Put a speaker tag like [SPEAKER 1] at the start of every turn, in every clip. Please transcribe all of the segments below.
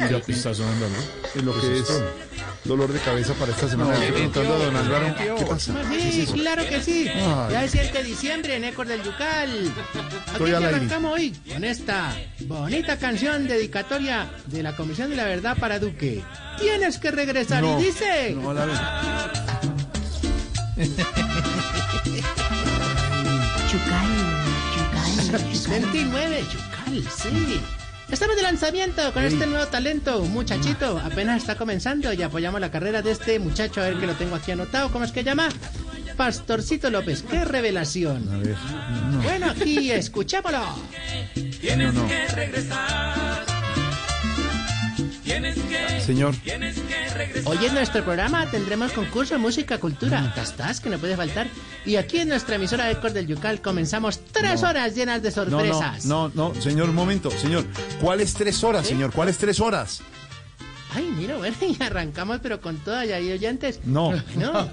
[SPEAKER 1] Ya te está sonando, ¿no?
[SPEAKER 2] en lo que es dolor de cabeza para esta semana. Le estoy preguntando a don Álvaro, ¿qué pasa? Ah,
[SPEAKER 3] Sí, claro que sí.
[SPEAKER 2] Ay.
[SPEAKER 3] Ya es 7 de diciembre en Ecos del Yucal. Aquí
[SPEAKER 2] al
[SPEAKER 3] te
[SPEAKER 2] aire.
[SPEAKER 3] arrancamos hoy con esta bonita canción dedicatoria de la Comisión de la Verdad para Duque. Tienes que regresar y dice...
[SPEAKER 2] No, la verdad.
[SPEAKER 3] Yucal, Yucal. 29, Yucal, sí. Estamos de lanzamiento con este nuevo talento, un muchachito. Apenas está comenzando y apoyamos la carrera de este muchacho. A ver que lo tengo aquí anotado. ¿Cómo es que llama? Pastorcito López. ¡Qué revelación!
[SPEAKER 2] A ver.
[SPEAKER 3] Bueno, aquí escuchémoslo.
[SPEAKER 2] No, no. Señor,
[SPEAKER 3] Hoy en nuestro programa tendremos concurso de música,
[SPEAKER 2] Mm.
[SPEAKER 3] cultura, tastas que no puede faltar. Y aquí en nuestra emisora Ecos del Yucal comenzamos tres horas llenas de
[SPEAKER 2] no, no,
[SPEAKER 3] sorpresas.
[SPEAKER 2] no, no, señor, un momento, señor. ¿Cuáles tres horas, señor? ¿Cuáles tres horas?
[SPEAKER 3] Ay, mira, bueno, y arrancamos, pero con todo, ya hay oyentes.
[SPEAKER 2] No,
[SPEAKER 3] No,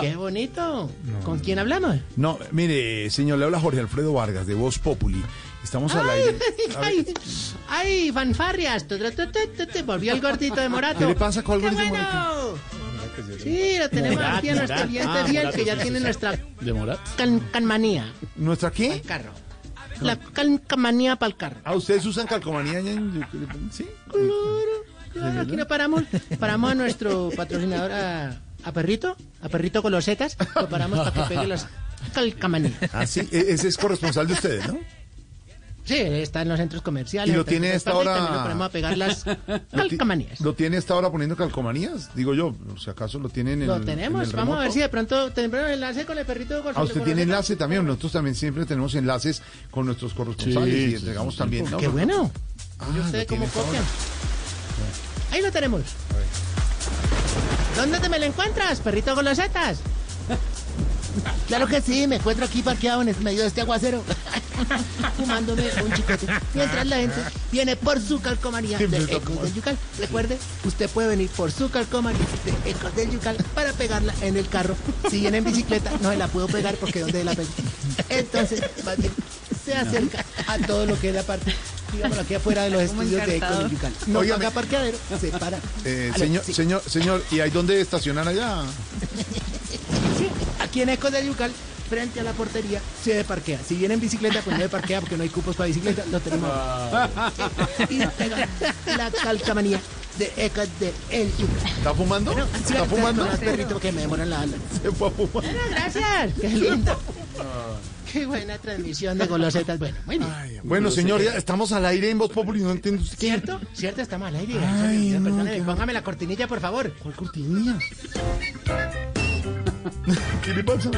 [SPEAKER 3] qué bonito. ¿Con quién hablamos?
[SPEAKER 2] no, mire, señor, le habla Jorge Alfredo Vargas de Voz Populi. Estamos al aire. A ver,
[SPEAKER 3] Ay, ay, fanfarrias. Tu, tu, tu, tu, tu, Volvió el gordito de Morato.
[SPEAKER 2] ¿Qué le pasa con el
[SPEAKER 3] ¡Qué
[SPEAKER 2] gordito de
[SPEAKER 3] bueno! Sí, lo tenemos aquí a nuestro cliente fiel que ya tiene nuestra
[SPEAKER 1] ¿De Morat?
[SPEAKER 3] can- canmanía.
[SPEAKER 2] ¿Nuestra qué?
[SPEAKER 3] El carro. La calcamanía para el carro.
[SPEAKER 2] Ah, ustedes usan calcomanía. ya en- Sí.
[SPEAKER 3] Claro, claro, aquí no paramos. Paramos a nuestro patrocinador, a, a Perrito, a Perrito con los Zetas, lo paramos para que pegue las calcamanías.
[SPEAKER 2] Ah, sí, e- ese es corresponsal de ustedes, ¿no?
[SPEAKER 3] Sí, está en los centros
[SPEAKER 2] ¿Y
[SPEAKER 3] comerciales.
[SPEAKER 2] lo
[SPEAKER 3] en Perrito
[SPEAKER 2] tiene a esta
[SPEAKER 3] Pardo, y
[SPEAKER 2] hora?
[SPEAKER 3] también lo ponemos a pegar las calcamanías.
[SPEAKER 2] ¿Lo tiene hasta ahora poniendo calcomanías? Digo yo, si acaso lo tienen en
[SPEAKER 3] Lo
[SPEAKER 2] el- en
[SPEAKER 3] tenemos,
[SPEAKER 2] el
[SPEAKER 3] vamos a ver
[SPEAKER 2] remoto.
[SPEAKER 3] si de pronto tendremos el enlace con el perrito. Con
[SPEAKER 2] Ah, usted
[SPEAKER 3] con
[SPEAKER 2] tiene
[SPEAKER 3] los
[SPEAKER 2] enlace
[SPEAKER 3] Zetas.
[SPEAKER 2] también. Nosotros también siempre tenemos enlaces con nuestros corresponsales
[SPEAKER 1] Sí,
[SPEAKER 2] y
[SPEAKER 1] sí,
[SPEAKER 2] entregamos
[SPEAKER 1] sí,
[SPEAKER 2] también. ¿no?
[SPEAKER 3] Qué bueno.
[SPEAKER 2] Ah,
[SPEAKER 3] Yo
[SPEAKER 2] lo
[SPEAKER 3] sé
[SPEAKER 2] tiene
[SPEAKER 3] cómo
[SPEAKER 2] hasta
[SPEAKER 3] copian.
[SPEAKER 2] ahora.
[SPEAKER 3] Ahí lo tenemos. ¿Dónde te me lo encuentras, perrito con los Zetas? Claro que sí, me encuentro aquí parqueado en medio de este aguacero, fumándome un chicote, mientras la gente viene por su calcomanía de
[SPEAKER 2] Siempre está
[SPEAKER 3] Ecos del Yucal. Recuerde, usted puede venir por su calcomanía de Ecos del Yucal para pegarla en el carro. Si viene en bicicleta, no se la puedo pegar porque donde la pego. Entonces, más bien, se acerca a todo lo que es la parte, digamos, aquí afuera de los estudios de Ecos del Yucal. No
[SPEAKER 2] Óigame.
[SPEAKER 3] paga parqueadero, se para.
[SPEAKER 2] Eh,
[SPEAKER 3] A ver,
[SPEAKER 2] señor,
[SPEAKER 3] sí.
[SPEAKER 2] señor, señor, ¿y hay dónde estacionar allá?
[SPEAKER 3] Sí, aquí en Ecos del Yucal, frente a la portería, se parquea. Si viene en bicicleta, pues no se parquea porque no hay cupos para bicicleta, no tenemos. Y pega la calcamanía de Ecos del El Yucal.
[SPEAKER 2] ¿Está fumando? ¿Está
[SPEAKER 3] Sigan
[SPEAKER 2] fumando?
[SPEAKER 3] con los perritos que me demoran la ala.
[SPEAKER 2] Se fue a fumar.
[SPEAKER 3] Gracias, qué lindo.
[SPEAKER 2] Ah.
[SPEAKER 3] Qué buena transmisión de golosetas. Bueno, bueno.
[SPEAKER 2] Bueno, señor, ya estamos al aire en Voz Populi, no entiendo usted qué.
[SPEAKER 3] ¿Cierto? ¿Cierto? Está mal aire.
[SPEAKER 2] Ay, no,
[SPEAKER 3] Perdóneme,
[SPEAKER 2] qué-
[SPEAKER 3] póngame la cortinilla, por favor.
[SPEAKER 2] ¿Cuál cortinilla? ¿Qué le pasa?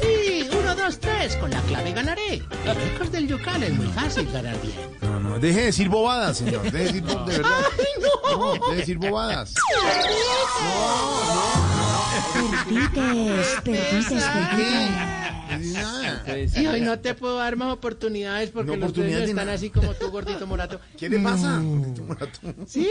[SPEAKER 3] Sí, uno, dos, tres. Con la clave ganaré. En Ecos del Yucal es muy fácil ganar bien.
[SPEAKER 2] No, no, deje de decir bobadas, señor. Deje de decir, bo- de verdad.
[SPEAKER 3] ¡Ay, no!
[SPEAKER 2] Deje de decir bobadas.
[SPEAKER 4] Perdites, perdites,
[SPEAKER 2] ¿Qué?
[SPEAKER 3] Y hoy no te puedo dar más oportunidades porque
[SPEAKER 2] No
[SPEAKER 3] los
[SPEAKER 2] oportunidades
[SPEAKER 3] dueños
[SPEAKER 2] de
[SPEAKER 3] están
[SPEAKER 2] nada.
[SPEAKER 3] así como tú, gordito morato.
[SPEAKER 2] ¿Qué le pasa?
[SPEAKER 3] Sí.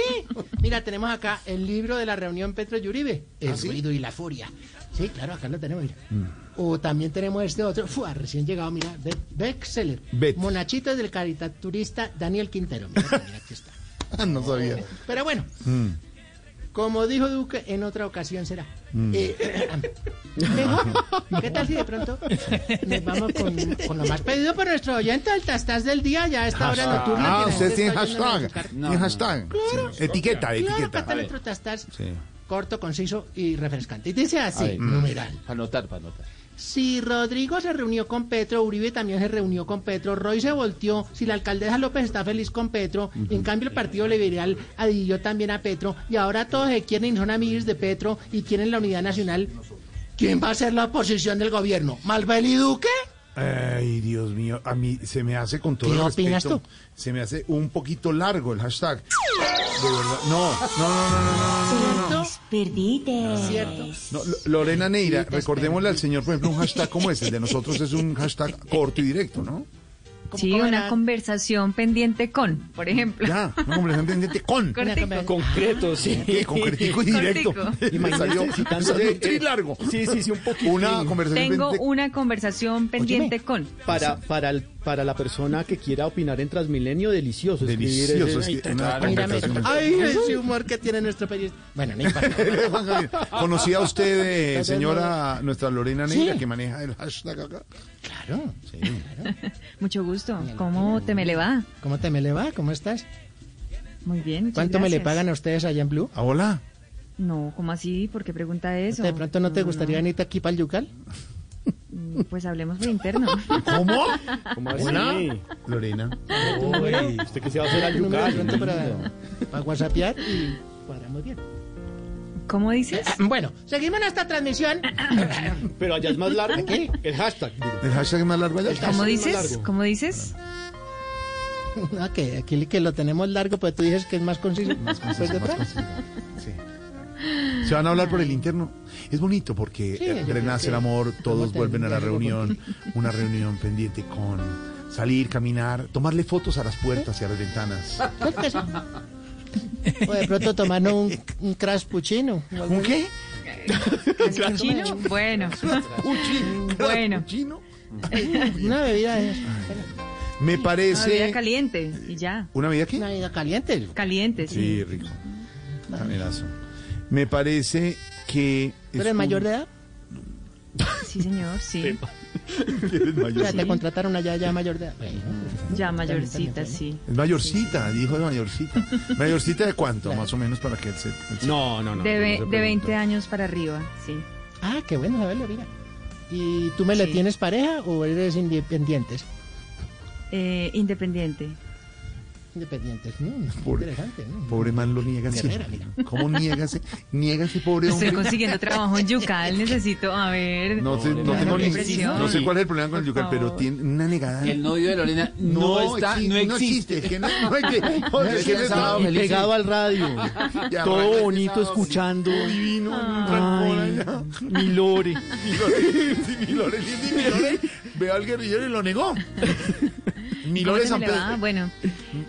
[SPEAKER 3] Mira, tenemos acá el libro de la reunión Petro Yuribe, El
[SPEAKER 2] ¿Ah,
[SPEAKER 3] ruido y la furia. Sí, claro, acá lo tenemos. Mira.
[SPEAKER 2] Mm.
[SPEAKER 3] O también tenemos este otro, fue recién llegado, mira, de bestseller.
[SPEAKER 2] Bet.
[SPEAKER 3] Monachitos del caricaturista Daniel Quintero. Mira, mira, aquí está.
[SPEAKER 2] Ah, No sabía.
[SPEAKER 3] Pero bueno,
[SPEAKER 2] Mm.
[SPEAKER 3] como dijo Duque, en otra ocasión será.
[SPEAKER 2] Mm.
[SPEAKER 3] Eh, ah, mejor, ¿Qué tal si de pronto nos vamos con, con lo más pedido por nuestro oyente, el tastas del día, ya a esta hora nocturna?
[SPEAKER 2] Ah,
[SPEAKER 3] que la
[SPEAKER 2] usted
[SPEAKER 3] gente
[SPEAKER 2] tiene
[SPEAKER 3] está oyendo
[SPEAKER 2] hashtag.
[SPEAKER 3] musical?
[SPEAKER 2] Tiene hashtag. Sí. Etiqueta,
[SPEAKER 3] Claro, acá
[SPEAKER 2] etiqueta.
[SPEAKER 3] está nuestro tastas
[SPEAKER 2] Sí.
[SPEAKER 3] corto, conciso y refrescante. Y dice así, Mm.
[SPEAKER 5] Ahí.
[SPEAKER 3] numeral.
[SPEAKER 5] Para anotar, para anotar.
[SPEAKER 3] Si Rodrigo se reunió con Petro, Uribe también se reunió con Petro, Roy se volteó, si la alcaldesa López está feliz con Petro, en cambio el Partido Liberal adhirió también a Petro, y ahora todos se quieren y son amigos de Petro y quieren la unidad nacional. ¿Quién va a ser la oposición del gobierno? ¿Malvel y Duque?
[SPEAKER 2] Ay, Dios mío, a mí se me hace con todo
[SPEAKER 3] ¿Qué
[SPEAKER 2] el
[SPEAKER 3] opinas
[SPEAKER 2] respeto,
[SPEAKER 3] tú?
[SPEAKER 2] se me hace un poquito largo el hashtag. De verdad, no, no, no, no, no, no, no.
[SPEAKER 4] Perdites.
[SPEAKER 2] No, Lo- Lorena Neira, recordémosle al señor, por ejemplo, un hashtag como ese, el de nosotros es un hashtag corto y directo, ¿no?
[SPEAKER 3] ¿Cómo-
[SPEAKER 5] Sí,
[SPEAKER 3] cómo
[SPEAKER 5] una
[SPEAKER 3] era?
[SPEAKER 5] conversación pendiente con, por ejemplo.
[SPEAKER 2] Ya, una conversación pendiente con.
[SPEAKER 5] Cortico.
[SPEAKER 6] Concreto, sí.
[SPEAKER 2] ¿Qué? Concretico y directo.
[SPEAKER 5] Cortico.
[SPEAKER 2] Me salió, me salió un tri largo.
[SPEAKER 6] Sí, sí, sí, un poquito.
[SPEAKER 2] Una conversación
[SPEAKER 5] Tengo
[SPEAKER 2] pendiente-
[SPEAKER 5] una conversación pendiente con.
[SPEAKER 6] Para, para, el- para la persona que quiera opinar en Transmilenio, delicioso. escribir
[SPEAKER 2] Delicioso,
[SPEAKER 6] ese-
[SPEAKER 2] es que una
[SPEAKER 3] Mírame.
[SPEAKER 2] conversación-
[SPEAKER 3] Ay, ese humor que tiene nuestro periodista. Bueno, no importa.
[SPEAKER 2] Juan Javier, ¿Conocía usted, eh, señora, nuestra Lorena Neira, que maneja el hashtag acá?
[SPEAKER 3] Claro.
[SPEAKER 5] Mucho gusto. ¿Cómo te me le va?
[SPEAKER 3] ¿Cómo te me le va? ¿Cómo estás?
[SPEAKER 5] Muy bien. muchas
[SPEAKER 3] ¿Cuánto me le
[SPEAKER 5] gracias.
[SPEAKER 3] pagan a ustedes allá en Blue?
[SPEAKER 2] Ah, hola.
[SPEAKER 5] No, ¿cómo así? ¿Por qué pregunta eso?
[SPEAKER 3] ¿De pronto no te gustaría
[SPEAKER 5] no.
[SPEAKER 3] venirte aquí para el Yucal?
[SPEAKER 5] Mm, Pues hablemos por interno.
[SPEAKER 2] ¿Cómo?
[SPEAKER 6] ¿Cómo así?
[SPEAKER 2] Lorena.
[SPEAKER 6] Uy, ¿Usted qué se va a hacer al
[SPEAKER 3] Un número de
[SPEAKER 6] yucal?
[SPEAKER 3] pronto para, para whatsappear y cuadramos bien. Ah,
[SPEAKER 5] ¿Cómo dices?
[SPEAKER 3] Bueno, seguimos nuestra transmisión.
[SPEAKER 6] Pero allá es más largo.
[SPEAKER 3] ¿Qué?
[SPEAKER 6] El hashtag. digo.
[SPEAKER 2] ¿El hashtag más largo allá?
[SPEAKER 5] ¿Cómo
[SPEAKER 6] más
[SPEAKER 5] dices?
[SPEAKER 6] largo.
[SPEAKER 5] ¿Cómo dices?
[SPEAKER 3] Ah, No, que aquí que lo tenemos largo, pero tú dices que es más conciso. Pues de pronto.
[SPEAKER 2] Sí. Se van a hablar por el interno. Es bonito porque eh,
[SPEAKER 3] Sí, yo
[SPEAKER 2] renace el
[SPEAKER 3] creo que
[SPEAKER 2] amor, todos
[SPEAKER 3] vamos a
[SPEAKER 2] vuelven a la
[SPEAKER 3] tener
[SPEAKER 2] reunión, una reunión pendiente con salir, caminar, tomarle fotos a las puertas y a las ventanas.
[SPEAKER 3] Creo que sí. O de pronto tomarnos un, un crash puccino.
[SPEAKER 2] ¿Un qué?
[SPEAKER 5] ¿Chino? Bueno.
[SPEAKER 2] ¿Un chi-
[SPEAKER 5] Bueno.
[SPEAKER 2] chino?
[SPEAKER 3] Una bebida de esas.
[SPEAKER 2] Me
[SPEAKER 5] Una bebida
[SPEAKER 2] parece...
[SPEAKER 5] caliente y ya.
[SPEAKER 2] ¿Una bebida qué?
[SPEAKER 3] Una bebida caliente.
[SPEAKER 5] Caliente, sí.
[SPEAKER 2] Sí, rico. Camerazo. Me parece que... es
[SPEAKER 3] ¿Tú eres
[SPEAKER 2] un-
[SPEAKER 3] mayor de edad?
[SPEAKER 5] Sí, señor, sí.
[SPEAKER 2] Eres
[SPEAKER 3] O
[SPEAKER 2] mayor.
[SPEAKER 3] sea, te contrataron allá ya mayor de edad. Bueno,
[SPEAKER 5] Ya mayorcita, sí.
[SPEAKER 2] Es mayorcita, dijo de mayorcita. ¿Mayorcita de cuánto? Más o menos para que él se... él se-
[SPEAKER 6] No, no, no.
[SPEAKER 5] De, ve-
[SPEAKER 6] no se
[SPEAKER 5] de 20
[SPEAKER 6] pregunta.
[SPEAKER 5] años para arriba, sí.
[SPEAKER 3] Ah, qué bueno saberlo, mira. ¿Y tú me le
[SPEAKER 5] Sí.
[SPEAKER 3] tienes pareja o eres independientes?
[SPEAKER 5] Eh, independiente.
[SPEAKER 3] Independientes, ¿no?
[SPEAKER 2] Pobre-
[SPEAKER 3] Interesante, ¿no?
[SPEAKER 2] Pobre man lo niega siempre.
[SPEAKER 3] Guerrera,
[SPEAKER 2] ¿Cómo niégase? Niégase, pobre
[SPEAKER 5] Estoy
[SPEAKER 2] hombre.
[SPEAKER 5] consiguiendo trabajo en Yucal, necesito, a ver.
[SPEAKER 2] No, sé, no,
[SPEAKER 5] Claro,
[SPEAKER 2] tengo
[SPEAKER 5] qué
[SPEAKER 2] ni-
[SPEAKER 5] presión.
[SPEAKER 2] no sé cuál es el problema con el
[SPEAKER 5] Por
[SPEAKER 2] yucal, pero
[SPEAKER 5] favor.
[SPEAKER 2] tiene una negada.
[SPEAKER 7] El novio de Lorena no, está,
[SPEAKER 2] exi-
[SPEAKER 7] no existe.
[SPEAKER 2] que no, no hay que- oye,
[SPEAKER 7] es
[SPEAKER 2] que no
[SPEAKER 7] cansado,
[SPEAKER 2] está-
[SPEAKER 7] feliz.
[SPEAKER 6] Pegado al radio.
[SPEAKER 2] Ya, arranca
[SPEAKER 6] Todo
[SPEAKER 2] este
[SPEAKER 6] bonito
[SPEAKER 2] sábado,
[SPEAKER 6] escuchando.
[SPEAKER 2] sí. Divino, un
[SPEAKER 6] Ay,
[SPEAKER 2] trampón allá.
[SPEAKER 6] mi Lore.
[SPEAKER 2] Mi Lore- sí, mi Lore, sí, sí, mi Lore. Veo al guerrillero y lo negó. Mi
[SPEAKER 5] ¿Cómo
[SPEAKER 2] Lore
[SPEAKER 5] se
[SPEAKER 2] San
[SPEAKER 5] me le va?
[SPEAKER 2] Pedro.
[SPEAKER 5] Bueno,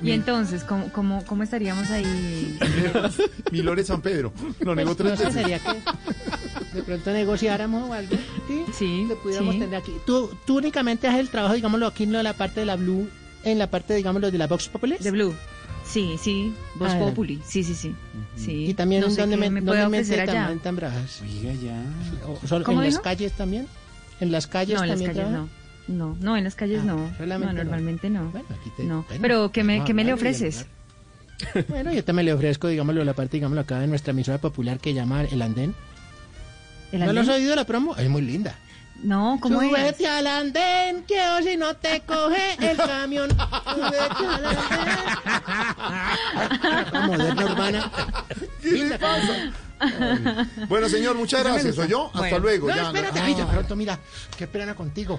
[SPEAKER 5] y entonces, ¿cómo, cómo, cómo estaríamos ahí?
[SPEAKER 2] Mi Lore San Pedro. Lo negó
[SPEAKER 3] Pues,
[SPEAKER 2] tres
[SPEAKER 3] no sé,
[SPEAKER 2] veces.
[SPEAKER 3] sería que de pronto negociáramos o algo. Sí.
[SPEAKER 5] Sí,
[SPEAKER 3] Lo pudiéramos
[SPEAKER 5] sí.
[SPEAKER 3] tener aquí. Tú, tú únicamente haces el trabajo, digámoslo, aquí no en la parte de la Blue, en la parte, digámoslo, de la Vox Populi.
[SPEAKER 5] De Blue. Sí, sí, Voz
[SPEAKER 3] Ah,
[SPEAKER 5] Populi. Sí, sí, sí. sí.
[SPEAKER 3] Y también
[SPEAKER 5] no sé
[SPEAKER 3] donde
[SPEAKER 5] qué
[SPEAKER 3] me,
[SPEAKER 5] me
[SPEAKER 3] donde
[SPEAKER 5] puede
[SPEAKER 3] me
[SPEAKER 5] ofrecer allá.
[SPEAKER 3] también tan bravas.
[SPEAKER 7] Oiga, ya.
[SPEAKER 3] O solo-
[SPEAKER 5] ¿Cómo
[SPEAKER 3] en las
[SPEAKER 5] dijo?
[SPEAKER 3] calles también. En las calles
[SPEAKER 5] No, en las
[SPEAKER 3] también
[SPEAKER 5] calles no. No, no, en las calles
[SPEAKER 3] Ah,
[SPEAKER 5] no.
[SPEAKER 3] solamente
[SPEAKER 5] No,
[SPEAKER 3] no.
[SPEAKER 5] normalmente no.
[SPEAKER 3] Bueno, aquí te-
[SPEAKER 5] no.
[SPEAKER 3] bueno,
[SPEAKER 5] Pero, ¿qué me,
[SPEAKER 3] vamos a
[SPEAKER 5] qué me le
[SPEAKER 3] hablar y
[SPEAKER 5] ofreces?
[SPEAKER 3] trabajas. Bueno, yo también le ofrezco, digámoslo, la parte, digámoslo, acá de nuestra emisora popular que llama El Andén.
[SPEAKER 5] ¿El
[SPEAKER 3] ¿No lo
[SPEAKER 5] andén?
[SPEAKER 3] has oído la promo? Es muy linda.
[SPEAKER 5] No, ¿cómo es?
[SPEAKER 3] Súbete al andén, que hoy si no te coge el camión. Súbete al andén. Moderna urbana.
[SPEAKER 2] ¿Qué le pasa? Bueno, señor, muchas gracias. Soy yo. Hasta
[SPEAKER 5] Bueno.
[SPEAKER 2] luego.
[SPEAKER 3] No,
[SPEAKER 2] ya, Ah,
[SPEAKER 3] espérate.
[SPEAKER 2] no.
[SPEAKER 3] Ay, de pronto, mira, qué pena contigo.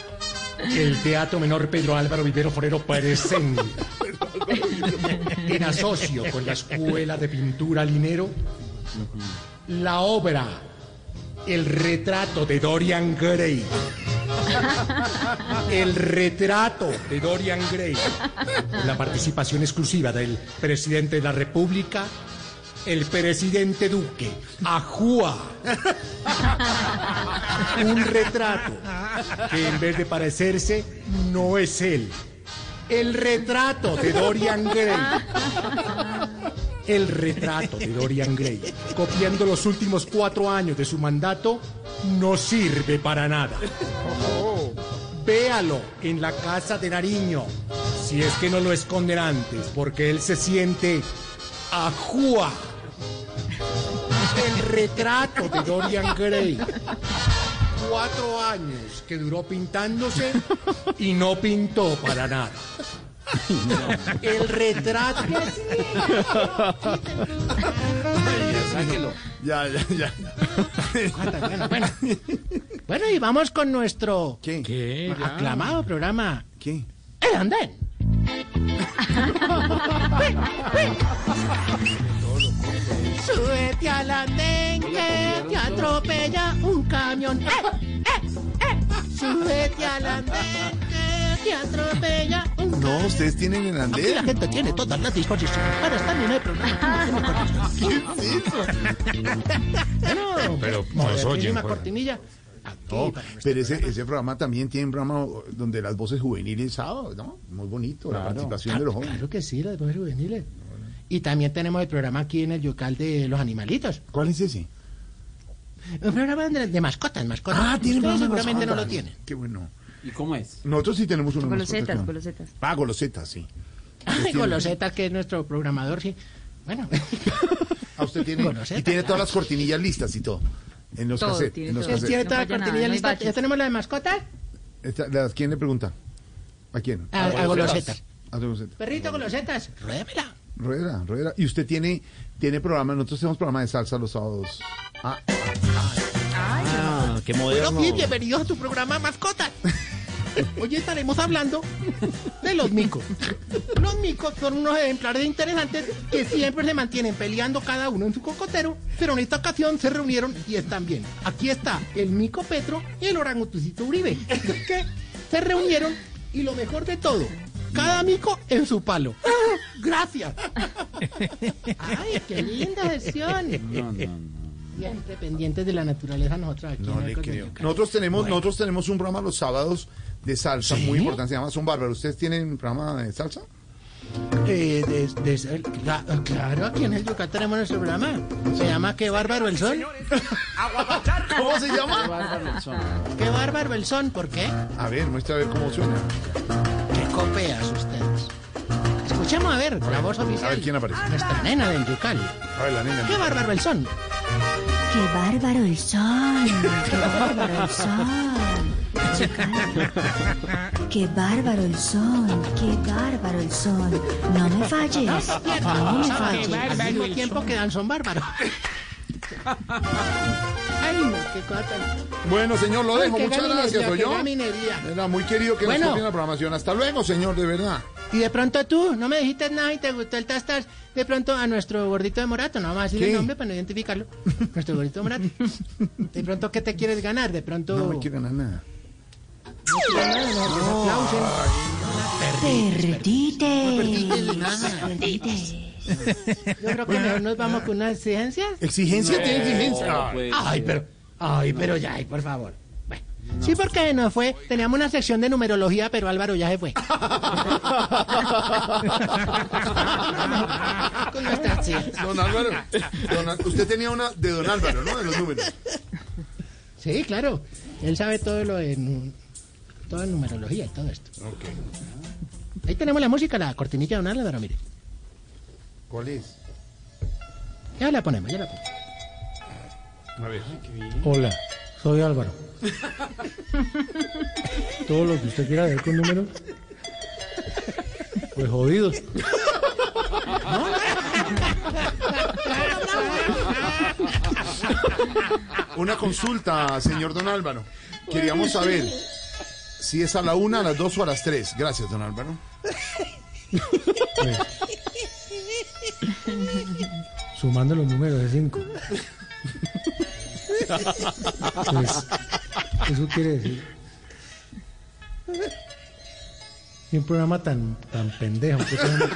[SPEAKER 3] El Teatro Menor Pedro Álvaro Vivero Forero presenta, en asocio con la Escuela de Pintura Linero, la obra El retrato de Dorian Gray. El retrato de Dorian Gray. Con la participación exclusiva del presidente de la República, el presidente Duque, Ajúa. Un retrato que en vez de parecerse, no es él, El retrato de Dorian Gray. El retrato de Dorian Gray, copiando los últimos cuatro años de su mandato, no sirve para nada. Véalo en la casa de Nariño, si es que no lo esconden antes, porque él se siente ajúa. El retrato de Dorian Gray. Cuatro años que duró pintándose y no pintó para nada. El retrato.
[SPEAKER 2] Ya, ya, ya.
[SPEAKER 3] Bueno, bueno. Bueno, y vamos con nuestro
[SPEAKER 2] ¿Qué?
[SPEAKER 1] ¿Qué? Ya.
[SPEAKER 3] aclamado programa.
[SPEAKER 2] ¿Qué?
[SPEAKER 3] ¡El andén! Súbete al andén que te atropella un camión. ¡Eh, eh, eh! Súbete al andén que te atropella un
[SPEAKER 2] No,
[SPEAKER 3] camión.
[SPEAKER 2] ustedes tienen en
[SPEAKER 3] Aquí la
[SPEAKER 2] andén.
[SPEAKER 3] gente tiene todas las disposiciones para estar en el programa. Bueno,
[SPEAKER 1] Pero
[SPEAKER 3] mover
[SPEAKER 1] nos oyen,
[SPEAKER 3] mínima
[SPEAKER 1] pues.
[SPEAKER 3] cortinilla. Aquí,
[SPEAKER 2] No,
[SPEAKER 3] para nuestro
[SPEAKER 2] pero ese, ese programa también tiene un programa donde las voces juveniles, sábado, ¿no? Muy bonito, la participación de los jóvenes.
[SPEAKER 3] Ah, Claro que sí, las voces juveniles. Y también tenemos el programa aquí en el Yucal de los animalitos.
[SPEAKER 2] ¿Cuál es ese?
[SPEAKER 3] Un programa de, de mascotas, mascotas. Ustedes
[SPEAKER 2] Ah, programa de
[SPEAKER 3] seguramente
[SPEAKER 2] mascotas.
[SPEAKER 3] no lo tienen.
[SPEAKER 2] Qué bueno.
[SPEAKER 8] ¿Y cómo es?
[SPEAKER 2] Nosotros sí tenemos uno. de mascotas,
[SPEAKER 5] Golosetas,
[SPEAKER 2] claro.
[SPEAKER 5] golosetas.
[SPEAKER 2] Ah, golosetas, sí. Este,
[SPEAKER 3] Ay, Goloseta, que es nuestro programador, sí. Bueno,
[SPEAKER 2] Ah, usted tiene.
[SPEAKER 3] Golosetas,
[SPEAKER 2] y tiene
[SPEAKER 3] claro.
[SPEAKER 2] todas las cortinillas listas y todo. En los
[SPEAKER 5] Todo,
[SPEAKER 2] cassettes.
[SPEAKER 5] tiene
[SPEAKER 2] en los
[SPEAKER 5] todo.
[SPEAKER 3] él
[SPEAKER 5] sé.
[SPEAKER 2] cassettes.
[SPEAKER 3] tiene
[SPEAKER 5] No
[SPEAKER 3] toda la
[SPEAKER 5] falla nada,
[SPEAKER 3] cortinilla
[SPEAKER 5] no hay
[SPEAKER 3] lista.
[SPEAKER 5] baches.
[SPEAKER 3] ¿Ya tenemos la de mascotas?
[SPEAKER 2] Esta- la- ¿Quién le pregunta? ¿A quién?
[SPEAKER 3] A, a Golosetas.
[SPEAKER 2] A Golosetas.
[SPEAKER 3] Perrito Golosetas, ruédemela.
[SPEAKER 2] Rueda, rueda. Y usted tiene, tiene programa, nosotros tenemos programa de salsa los sábados. Ah,
[SPEAKER 6] Ah, qué
[SPEAKER 3] Bueno,
[SPEAKER 6] moderno.
[SPEAKER 3] bien, bienvenidos a tu programa Mascotas. Hoy estaremos hablando de los micos. Los micos son unos ejemplares interesantes que siempre se mantienen peleando cada uno en su cocotero, pero en esta ocasión se reunieron y están bien. Aquí está el mico Petro y el orangutucito Uribe, que se reunieron y lo mejor de todo, cada mico en su palo. Gracias. Ay, qué linda sesión. Siempre pendientes de la naturaleza nosotros aquí. en
[SPEAKER 2] no le
[SPEAKER 3] Arcos del
[SPEAKER 2] creo.
[SPEAKER 3] Yucal.
[SPEAKER 2] Nosotros tenemos, nosotros tenemos un programa los sábados de salsa muy importante, se llama Son Bárbaros. ¿Ustedes tienen programa de salsa?
[SPEAKER 3] Eh, de- de- de- cla- claro, aquí en el Yucatán tenemos nuestro programa. Se llama Qué bárbaro el son.
[SPEAKER 2] ¿Cómo se llama?
[SPEAKER 3] Qué bárbaro el son, ¿por qué?
[SPEAKER 2] A ver, muestra a ver cómo suena.
[SPEAKER 3] Que copias ustedes. Escuchemos a ver la voz
[SPEAKER 2] A
[SPEAKER 3] oficial.
[SPEAKER 2] ver quién aparece.
[SPEAKER 3] Nuestra nena del Yucal.
[SPEAKER 2] A ver, la nena.
[SPEAKER 3] Qué bárbaro el son.
[SPEAKER 4] ¡Qué bárbaro el son! ¡Qué bárbaro el son! Yucal. ¡Qué bárbaro el son! ¡Qué bárbaro el son! No me falles. No me
[SPEAKER 3] Qué
[SPEAKER 4] falles.
[SPEAKER 3] bárbaro Al mismo tiempo que dan son bárbaros. Ay, no, qué cosa tan-
[SPEAKER 2] Bueno, señor, lo
[SPEAKER 3] Ay,
[SPEAKER 2] dejo.
[SPEAKER 3] qué
[SPEAKER 2] Muchas
[SPEAKER 3] gaminería,
[SPEAKER 2] gracias, soy
[SPEAKER 3] qué
[SPEAKER 2] yo.
[SPEAKER 3] gaminería.
[SPEAKER 2] Era muy querido que
[SPEAKER 3] Bueno.
[SPEAKER 2] nos copien la programación. Hasta luego, señor, de verdad.
[SPEAKER 3] Y de pronto tú, no me dijiste nada y te gustó el tastas. De pronto a nuestro gordito de Morato, no vamos a decir el
[SPEAKER 2] ¿Qué?
[SPEAKER 3] nombre para no identificarlo. Nuestro gordito de Morato. De pronto, ¿qué te quieres ganar? De pronto.
[SPEAKER 2] No me quiero ganar nada.
[SPEAKER 4] Perdites. Perdites.
[SPEAKER 3] Yo creo que mejor nos vamos con unas exigencias.
[SPEAKER 2] Exigencia tiene exigencia.
[SPEAKER 3] Ay, pero, ay, pero ya, ay, por favor. Bueno, Sí, porque no fue. Teníamos una sección de numerología, pero Álvaro ya se fue. Con nuestras exigencias.
[SPEAKER 2] Don Álvaro, don Al- usted tenía una de Don Álvaro, ¿no? De los números.
[SPEAKER 3] Sí, claro. Él sabe todo lo de nu- toda numerología y todo esto. Ahí tenemos la música, la cortinilla de Don Álvaro, mire.
[SPEAKER 2] ¿Cuál es?
[SPEAKER 3] Ya la ponemos, ya la ponemos.
[SPEAKER 2] A ver.
[SPEAKER 3] Hola, soy Álvaro. Todo lo que usted quiera ver con números. Pues jodidos.
[SPEAKER 2] Una consulta, señor Don Álvaro. Queríamos saber si es a la una, a las dos o a las tres. Gracias, Don Álvaro.
[SPEAKER 3] Sumando los números de 5. Pues, eso quiere decir. Y un programa tan, tan pendejo. ¿qué programa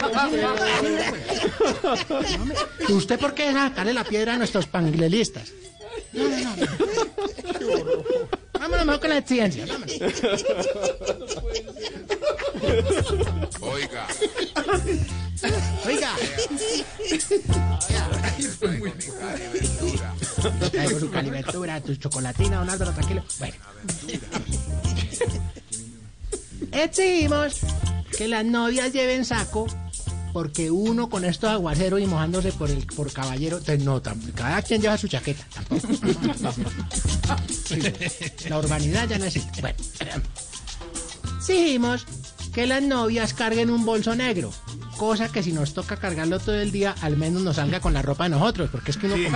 [SPEAKER 3] tan pendejo? ¿Usted por qué deja sacarle la piedra a nuestros panglilistas? No, no, no. Vámonos mejor con la ciencia. Vámonos.
[SPEAKER 2] Oiga.
[SPEAKER 3] Oiga. Traigo su caliventura, tu chocolatina, don Álvaro, tranquilo. Bueno. Exigimos que las novias lleven saco porque uno con estos aguaceros y mojándose por el por caballero, entonces no, tam- cada quien lleva su chaqueta. tampoco. Sí, bueno, la urbanidad ya no existe. Bueno, exigimos que las novias carguen un bolso negro, cosa que si nos toca cargarlo todo el día, al menos nos salga con la ropa de nosotros, porque es que uno como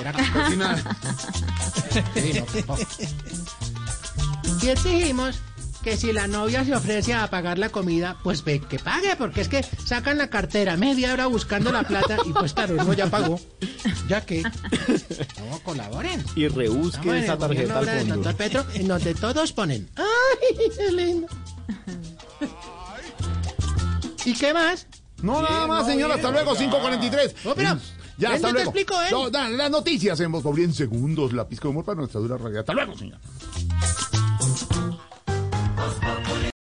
[SPEAKER 3] era
[SPEAKER 2] Cochina.
[SPEAKER 3] Sí, no, no. Y exigimos que si la novia se ofrece a pagar la comida, pues ve que pague, porque es que sacan la cartera media hora buscando la plata y pues claro, uno ya pagó. Ya que no colaboren.
[SPEAKER 9] Y rebusque esa tarjeta al
[SPEAKER 3] de
[SPEAKER 9] fondo.
[SPEAKER 3] Doctor Petro, en donde todos ponen. ¡Ay, qué lindo! ¿Y qué más?
[SPEAKER 2] No, nada más, señora. Hasta luego, 543.
[SPEAKER 3] No, pero,
[SPEAKER 2] Ya,
[SPEAKER 3] ven,
[SPEAKER 2] hasta
[SPEAKER 3] yo te
[SPEAKER 2] luego.
[SPEAKER 3] explico, ¿eh? ven.
[SPEAKER 2] No, dan las noticias en Voz Populi en segundos. La pizca de humor para nuestra dura realidad. Hasta luego, señora.